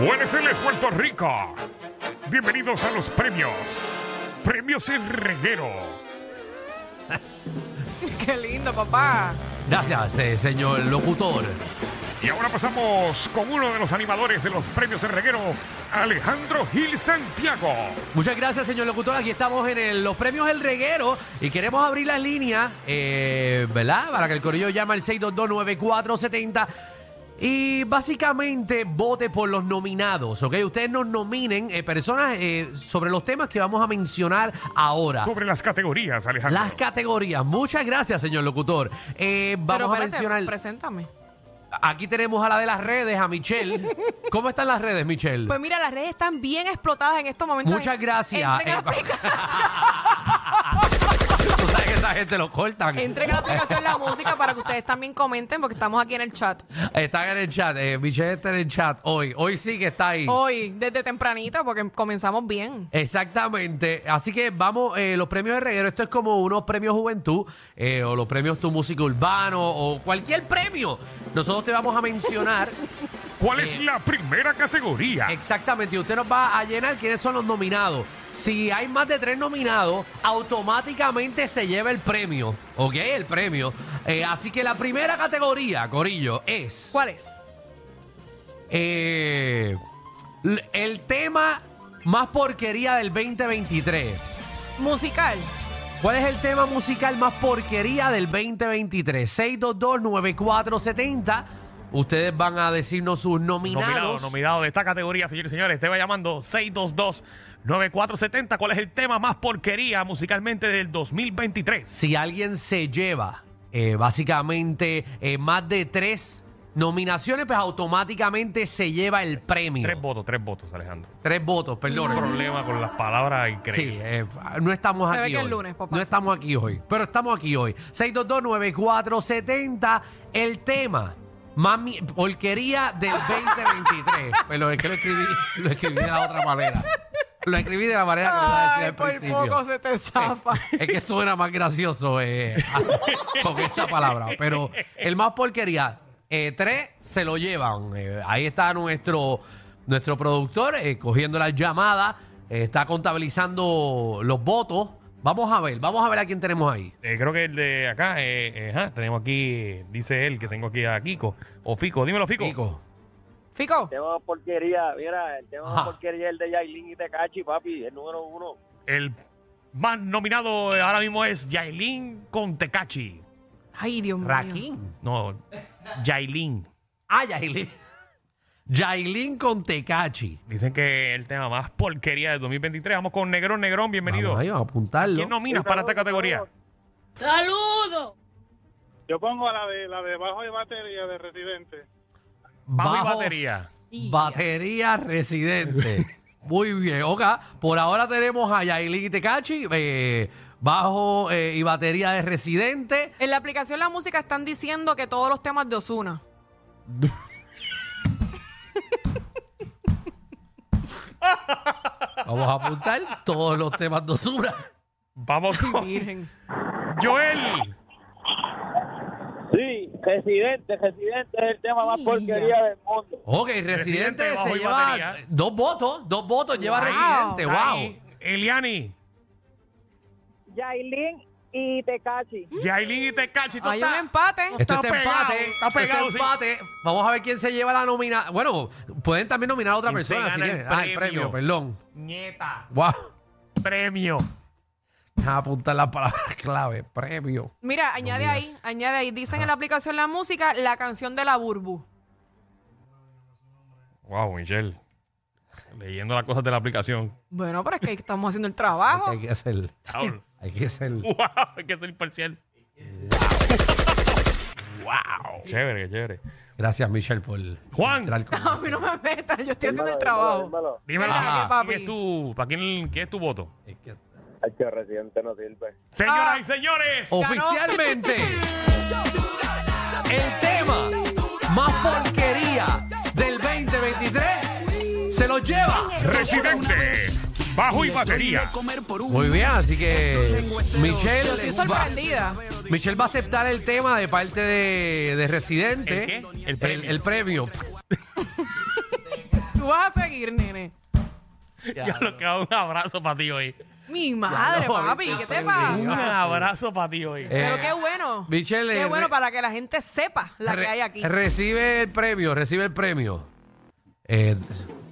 UNCL Puerto Rico. Bienvenidos a los premios. Premios en reguero. Qué lindo, papá. Gracias, eh, señor locutor. Y ahora pasamos con uno de los animadores de los premios en reguero, Alejandro Gil Santiago. Muchas gracias, señor locutor. Aquí estamos en el- los premios El Reguero y queremos abrir las líneas, eh, ¿verdad? Para que el corillo llame al 6229470 y básicamente vote por los nominados, ¿ok? Ustedes nos nominen eh, personas eh, sobre los temas que vamos a mencionar ahora. Sobre las categorías, Alejandro. Ah. Las categorías. Muchas gracias, señor locutor. Eh, vamos Pero a espérate, mencionar... Preséntame. Aquí tenemos a la de las redes, a Michelle. ¿Cómo están las redes, Michelle? Pues mira, las redes están bien explotadas en estos momentos. Muchas gracias. Entren a, la Eh, aplica- Tú sabes que esa gente lo cortan. entren a la aplicación la música para que ustedes también comenten porque estamos aquí en el chat. Están en el chat. eh, Michelle está en el chat hoy. Hoy sí que está ahí. Hoy, desde tempranito, porque comenzamos bien. Exactamente. Así que vamos, eh, los premios de reguero, esto es como unos premios juventud eh, o los premios tu música urbano o cualquier premio. Nosotros te vamos a mencionar ¿Cuál es Eh. la primera categoría? Ah. exactamente y usted nos va a llenar quiénes son los nominados. Si hay más de tres nominados, automáticamente se lleva el premio, ¿ok? El premio. Eh, así que la primera categoría, Corillo, es... ¿Cuál es? Eh, l- el tema más porquería del 2023. Musical. ¿Cuál es el tema musical más porquería del 2023? 622-9470. Ustedes van a decirnos sus nominados. Nominado, nominado de esta categoría, señores y señores. Te va llamando 622-9470. ¿Cuál es el tema más porquería musicalmente del 2023? Si alguien se lleva eh, básicamente eh, más de tres nominaciones, pues automáticamente se lleva el premio. Tres votos, tres votos, Alejandro. Tres votos, Un perdón. problema con las palabras increíbles. Sí, eh, no estamos Se ve aquí que es hoy. lunes, papá. No estamos aquí hoy, pero estamos aquí hoy. 6229470, el tema. Mami, porquería del 2023. pero es que lo escribí, lo escribí de la otra manera. Lo escribí de la manera que lo iba a decir Ay, al por principio. poco se te zafa. Es que suena más gracioso eh, con esa palabra. Pero el más porquería, eh, tres se lo llevan. Eh, ahí está nuestro, nuestro productor eh, cogiendo las llamadas, eh, está contabilizando los votos. Vamos a ver, vamos a ver a quién tenemos ahí. Eh, creo que el de acá, eh, eh, ajá, tenemos aquí, dice él que tengo aquí a Kiko. O Fico, dímelo, Fico. Nico. Fico, tema de porquería, mira, el tema Ajá. de porquería es el de Yailin y Tecachi, papi, el número uno. El más nominado eh, ahora mismo es Yailin con Tecachi. ay, Dios mío. Raquín. No, Yailin. Ah, Yailin. Yailin con Tecachi. Dicen que el tema más porquería del 2023. Vamos con Negrón, Negrón, bienvenido. Vamos, ahí, vamos a apuntarlo. ¿Quién nominas para esta categoría? Yo pongo a la de la de bajo y batería de residente. Bajo, Bajo- y batería. Y- Batería residente. Muy bien, ok. Por ahora tenemos a Yailin y Tecachi, eh, bajo eh, y batería de residente. En la aplicación la música están diciendo que todos los temas de Osuna. Vamos a apuntar todos los temas de Osuna. Vamos con Virgen. Joel. Sí, Residente, Residente es el tema más Mira. porquería del mundo. Ok, residente, Residente, bajo se y lleva batería. eh, dos votos, dos votos lleva Wow. residente, wow. Ahí, Eliani. Yailin y Tecachi. Yailin y Tecachi. tú Hay un estás- empate. Esto Está está pegado, empate, está esto pegado, sí. empate. Vamos a ver quién se lleva la nomina. Bueno, pueden también nominar a otra ¿Quién se persona si gana el quieren. Ah, el premio? premio, perdón. Nieta. Wow. Premio. Deja apuntar las palabras clave, premio. Mira, añade digas. Ah. ahí, añade ahí. Dicen en la aplicación la música la canción de la Burbu. Wow, Michelle. Leyendo las cosas de la aplicación. Bueno, pero es que ahí estamos haciendo el trabajo. Ah. Hay que hacer. Wow, Hay que hacer. hay que ser imparcial. wow. Chévere, chévere. Gracias, Michelle, por. Juan. entrar con A mí no me metas, yo estoy haciendo el Dímelo, trabajo. dímelo, Dímelo, Ah. Ajá. ¿quién Papi. es tu- ¿Para quién, quién es tu voto? Es que- dímelo. Ay, que Residente no sirve. Señoras Ah. y señores. Oh, Oficialmente, el tema más porquería del 2023 se lo lleva. Residente. Bajo y batería. Muy bien, así que Michelle, Estoy va, sorprendida. Michelle va a aceptar el tema de parte de, de ¿El Residente. qué? El premio. el premio. Tú vas a seguir, nene. Yo lo que hago un abrazo para ti hoy. Mi madre, no, papi, ahorita ¿qué te aprendí. Un pasa? abrazo para ti hoy. Pero Eh, qué bueno. Michelle, qué eh, bueno re- para que la gente sepa la que Re- hay aquí. Recibe el premio, recibe el premio. Eh,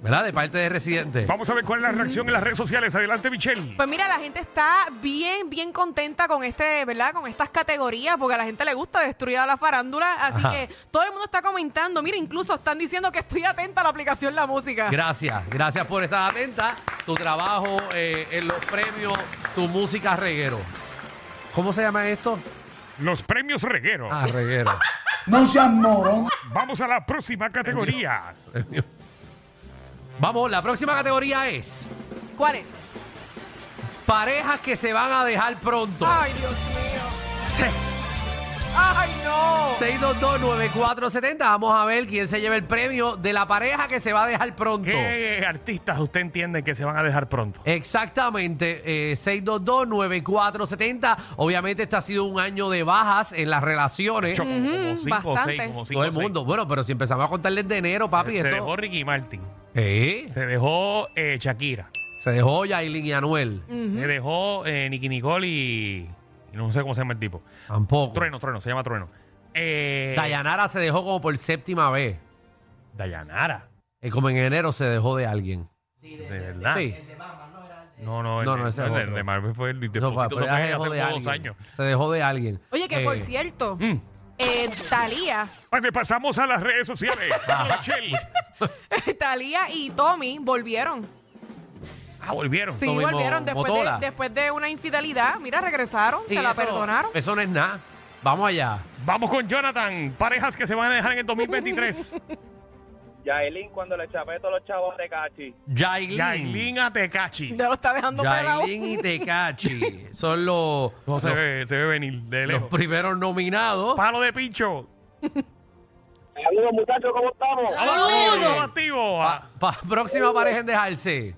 ¿Verdad? De parte de Residente. Vamos a ver cuál es la reacción en las redes sociales. Adelante, Michelle. Pues mira, la gente está bien, bien contenta con este, ¿verdad? Con estas categorías, porque a la gente le gusta destruir a la farándula. Así Ajá. que todo el mundo está comentando. Mira, incluso están diciendo que estoy atenta a la aplicación La Música. Gracias, gracias por estar atenta. Tu trabajo eh, en los premios, tu música reguero. ¿Cómo se llama esto? Los premios reguero. Ah, reguero. Vamos a la próxima categoría. Vamos, la próxima categoría es ¿Cuál es? parejas que se van a dejar pronto. Ay, Dios mío. Se- Ay, no. 6229470. Vamos a ver quién se lleva el premio de la pareja que se va a dejar pronto. ¿Qué artistas usted entiende que se van a dejar pronto? Exactamente, eh, 6229470. Obviamente este ha sido un año de bajas en las relaciones. Yo, como- como cinco o seis, bastantes. como cinco Todo el o seis. mundo. Bueno, pero si empezamos a contar desde enero, papi, se esto... dejó Ricky Martin. Eh, Se dejó eh, Shakira. se dejó Yailin y Anuel. Mm. Se dejó eh, Nicky Nicole y, y No sé cómo se llama el tipo. Tampoco. Trueno, trueno, se llama Trueno. Eh, Dayanara se dejó como por séptima vez. Dayanara. Eh, como en enero se dejó de alguien. De verdad. Sí. No, no, No, el, no, ese es el- el otro. de Marvel fue el de Eso fue, Esposito, pero se fue se dejó hace de como dos alguien. años. Se dejó de alguien. Oye, que por Eh, cierto, Mm. eh, Talía, pues Vale, pasamos a las redes sociales. Ah. Michelle. Talía y Tommy volvieron. Ah, volvieron. Sí, Tommy Mo- volvieron después de, Motola. después de una infidelidad. Mira, regresaron, sí, se la eso- perdonaron. Eso no es nada. Vamos allá. Vamos con Jonathan. Parejas que se van a dejar en el 2023. Yailin cuando le chapé todos los chavos de Cachi. Yailin. Yailin Atecachi. Ya lo está dejando pelado. Yailin y Tecachi son los, No se los- ve, se ve venir de los lejos. primeros nominados. Palo de pincho. Saludos muchachos, ¿cómo estamos? Vamos activo. Ah. Pa- pa- Uh. próxima pareja en dejarse.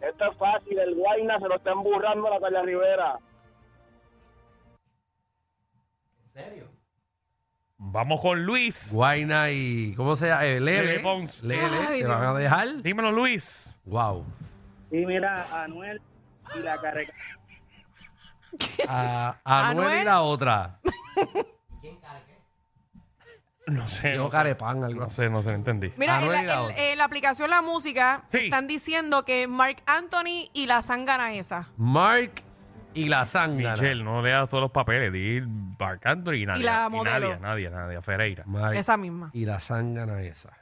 Esto es fácil, el Guayna se lo está emburrando la Carla Rivera. Vamos con Luis. Guaina y. ¿Cómo se llama? Eh, Lele. Lele Pons. Lele, Ay, se Dios. van a dejar. Dímelo, Luis. Wow. Y mira, Anuel y la carrera. A, a Anuel, y Anuel. la otra. No sé. Eh, Yo No, Carepán, algo no así. sé, no sé, no entendí. Mira, en Anuel la, y la en- otra. en la aplicación La Música Sí. están diciendo que Mark Anthony y la sangana esa. Mark y la sangre. Michelle, no leas todos los papeles. Di Marc Anthony y nadie. Y la modelo. nadie, nadie, nadie. Ferreira. Esa misma. Y la sangana esa.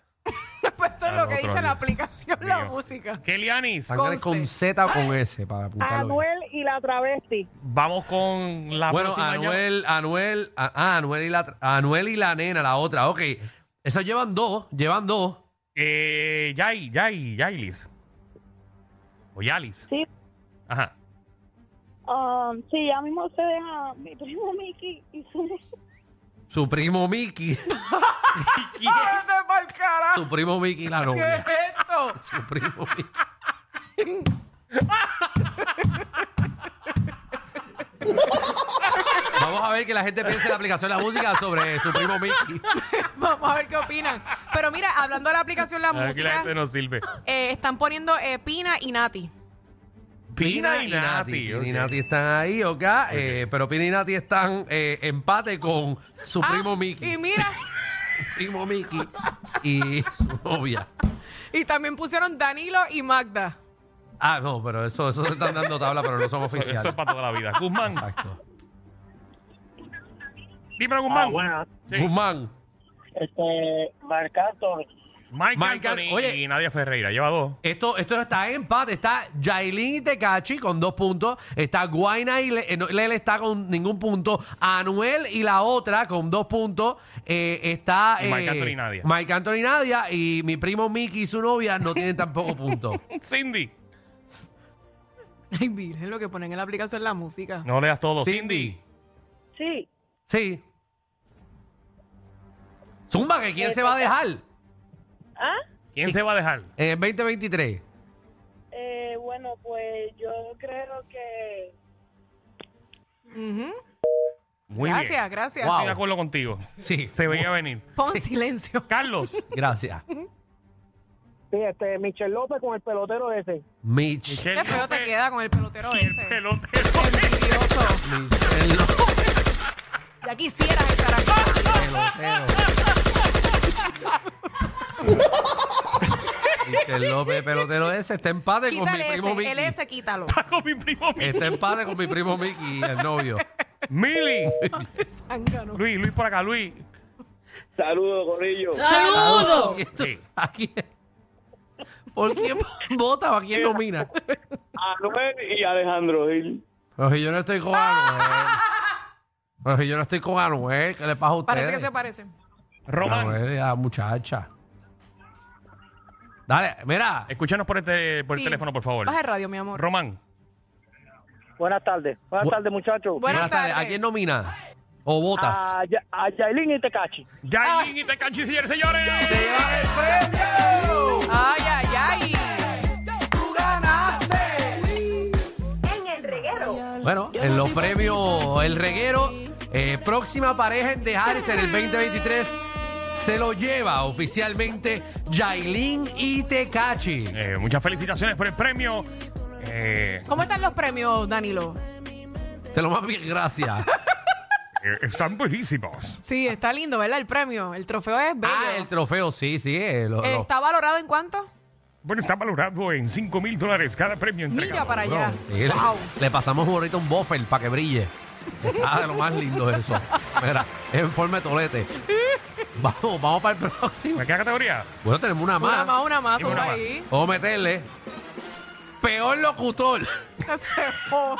Pues eso es Ah, lo no, que otro dice la día. aplicación La Mío. Música. Kelianis. Sangana Conste. con Z o con S para apuntarlo. bien. Anuel y la travesti. Vamos con la Bueno, próxima. ya- Anuel, Anuel, ah, ah, Anuel y la Anuel y la nena, la otra, ok. Esas llevan dos, llevan dos. Eh, Yay, Yay, Yailis. O Yalis. Sí. Ajá. Um, sí, ya mismo se deja mi primo Mickey y su... Su primo Mickey, ¡Ay, te pa'l carajo! su primo Mickey y la ¿Qué novia. es esto? Su primo Mickey. Vamos a ver que la gente piense en la aplicación de la música sobre su primo Mickey. Vamos a ver qué opinan. Pero mira, hablando de la aplicación La Aquí la Música, gente no sirve. eh, están poniendo eh, Pina y Nati. Pina y Nati. Pina y ok. Nati están ahí, ok. eh, pero Pina y Nati están eh, empate con su Ah, primo Mickey. Y mira, primo Mickey y su novia. y también pusieron Danilo y Magda. Ah, no, pero eso, eso se están dando tabla, pero no son Eso, eso oficiales. es para toda la vida. Guzmán. Exacto. Dímelo, Ah, Guzmán. Sí. Guzmán. Este, Marcanto, Mike, Mike Anthony An- oye. y Nadia Ferreira. Lleva dos. Esto, esto está en empate. Está Yailin y Tecachi con dos puntos. Está Guaina y Le- eh, no, Lele está con ningún punto. Anuel y la otra con dos puntos. Eh, está. Y Marc eh, Anthony y Nadia. Marc Anthony y Nadia. Y mi primo Mickey y su novia no tienen tampoco puntos. Cindy. Ay, miren lo que ponen en la aplicación La Música. No leas todo. Cindy. Sí, Sí. Zumba, que quién se va a dejar ¿ah? ¿Quién se va a dejar? en el 2023. Eh, bueno, pues yo creo que... Ujú. Muy gracias, bien. gracias. Wow. Estoy de acuerdo contigo. Sí. Se veía venir. Pon silencio. Carlos. Gracias. Sí, este, Michel López con el pelotero ese. Mitch. Qué Michelle feo te López, queda con el pelotero ese. Pelotero. Envidioso. Michel López. Ya quisieras estar aquí. pelotero. Michel López, pelotero ese, está empate con mi Quítale primo ese, el Mickey. ese quítalo. Con mi primo mío. Está empate con mi primo Mickey, el novio. Mili. Zángano. Luis, Luis por acá, Luis. Saludos, Corillo. ¡Saludos! Sí. ¿A quién? ¿Por quién vota o a quién nomina? Anuel y Alejandro Gil. Pero si yo no estoy con Anuel. Pero si yo no estoy con Anuel, ¿qué le pasa a ustedes? Parece que se parecen. Román. Anuel, la muchacha. Dale, mira. Escúchanos por, este, por Sí. el teléfono, por favor. Baja el radio, mi amor. Román. Buenas tardes. Buenas Bu- tardes, muchachos. Buenas ¿A tardes. Ah, quién nomina? ¿O votas? A, Ya- a Yailin y Tecachi. Yailin y Tecachi, señores, señores. ¡Se va el premio! Ay, ay, ay. ¡Tú ganaste! Bueno, en los premios El Reguero, eh, próxima pareja en dejarse en el 2023 se lo lleva oficialmente Yailin y Tecachi. Eh, muchas felicitaciones por el premio. Eh, ¿Cómo están los premios, Danilo? Te lo más bien, gracias. Ah, eh, están buenísimos. Sí, está lindo, ¿verdad? El premio. El trofeo es bello. ah, el trofeo, sí, sí. eh, lo- Eh, lo- ¿Está valorado en cuánto? Bueno, está valorado en 5 mil dólares cada premio entregado. Mira para allá. Sí, le, Wow. le pasamos ahorita un buffer para que brille. Ah, de lo más lindo eso. Mira, es en forma de tolete. Vamos, vamos para el próximo. ¿A qué categoría? Bueno, tenemos una más. Una más, una más, Una una más. ahí. Vamos a meterle. Peor locutor. Se fue.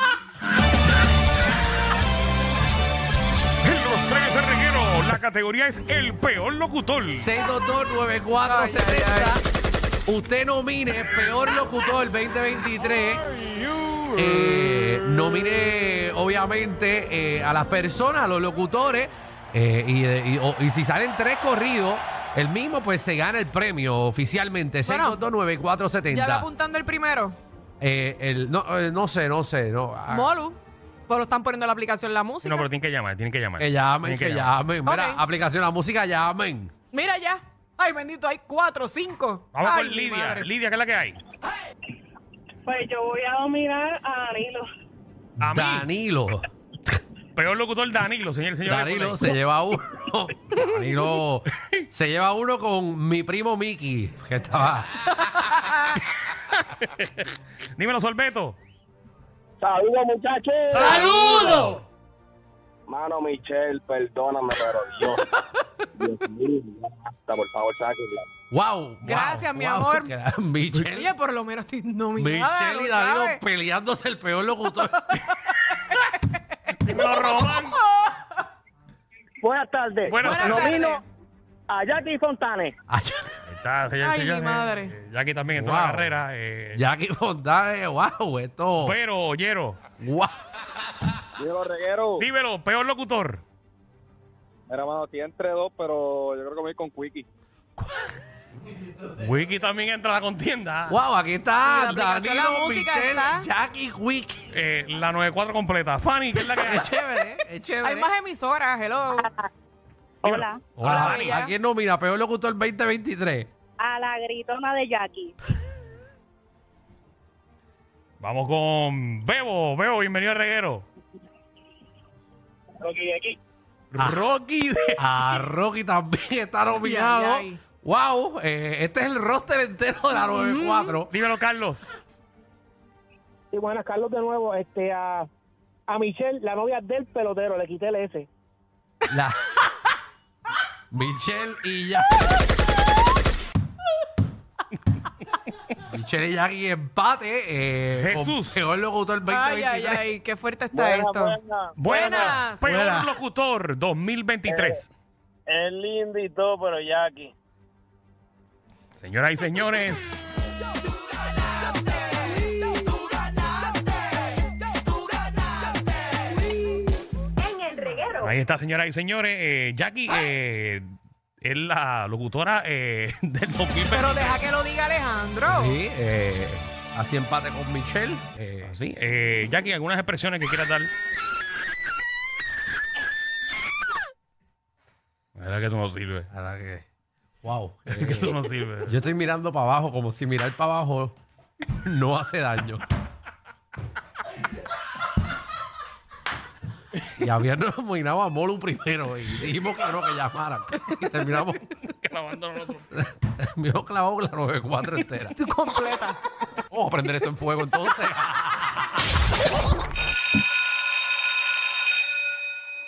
En los premios El reguero, la categoría es el peor locutor. 6229470. Usted nomine peor locutor 2023. Eh, nomine, obviamente, eh, a las personas, a los locutores. eh, y, y- o- y si salen tres corridos, el mismo, pues se gana el premio oficialmente. Bueno, 6229470. Ya va apuntando el primero. Eh, el- no, eh, no sé, no sé. No, ah, Molu. Todos lo están poniendo en la aplicación la música. No, pero tienen que llamar, tienen que llamar. que llamen, que, llamen. Mira, Ok. aplicación a la música, llamen. Mira ya. Ay, bendito, hay cuatro, cinco. Vamos Ay, con mi Lidia. madre. Lidia, ¿qué es la que hay? Pues yo voy a dominar a Danilo. A mí. Danilo. Peor locutor Danilo, señores, señores. Danilo se lleva uno. Danilo se lleva uno con mi primo Mickey, que estaba. Dímelo, Sorbeto. Saludos, muchachos. ¡Saludos! Mano, Michelle, perdóname, pero Dios. Dios mío, ya basta, por favor, sáquenla. ¡Wow! Gracias, mi amor. Oye, Michelle, por lo menos estoy nominada. Michelle y ¿lo Danilo sabes? peleándose el peor locutor. Dímelo, Román. Buenas tardes. Buenas Buenas tardes. tardes. A Jackie Fontane. Ay, Ahí Está, señores, Ay, mi señores. madre. Eh, Jackie también entró en Wow. la carrera. eh, Jackie Fontaine, wow, esto. Pero, Yero, Wow. Dímelo, reguero. dímelo, peor locutor. Oh. Mira, mano, tiene entre dos, pero yo creo que voy con Quickie. Wiki también entra a la contienda. Wow, aquí La está aplicación Danilo, de la música Michelle, está. Jackie Quick. Eh, la 94 completa. Fanny, ¿qué es la que hay? Es chévere, ¿eh? es chévere. Hay más emisoras, hello. Hola, Hola. Hola, Fanny. Bella. Ah, ¿A quién nomina? Peor locutor 2023. A la gritona de Jackie. Vamos con Bebo. Bebo, bienvenido al reguero. Ah. Rocky de... A Rocky también está nominado. Ay, ay. Wow, eh, este es el roster entero de la 94. Dímelo, Carlos. Y buenas, Carlos, de nuevo. Este, a, a Michelle, la novia del pelotero, le quité el S. La- Michelle y ya. Michelle y Jackie empate. Eh, con Jesús. Peor locutor Ay, 2023. ay, ay, qué fuerte está esto. Buenas. Peor Buenas. locutor 2023. Es lindo y todo, pero Jackie. Señoras y señores. Ahí está, señoras y señores. Eh, Jackie eh, es la locutora eh, del 2023. Pero deja que lo diga Alejandro. Sí, eh, así empate con Michelle. Eh, Sí, eh, Jackie, algunas expresiones que quieras dar. La verdad que eso no sirve. ahora que- eh, Wow. Que eso no sirve. Yo estoy mirando para abajo, como si mirar para abajo no hace daño. Y habíamos nominado a Molu primero y dijimos que no, que llamaran. Y terminamos, Clavando nosotros. terminó clavado la 94 entera. Tú completa. Vamos a prender esto en fuego entonces.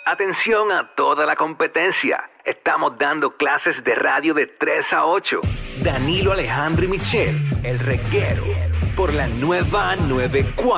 Atención a toda la competencia. Estamos dando clases de radio de 3 a 8. Danilo Alejandro y Michel, el reguero, por la nueva 94.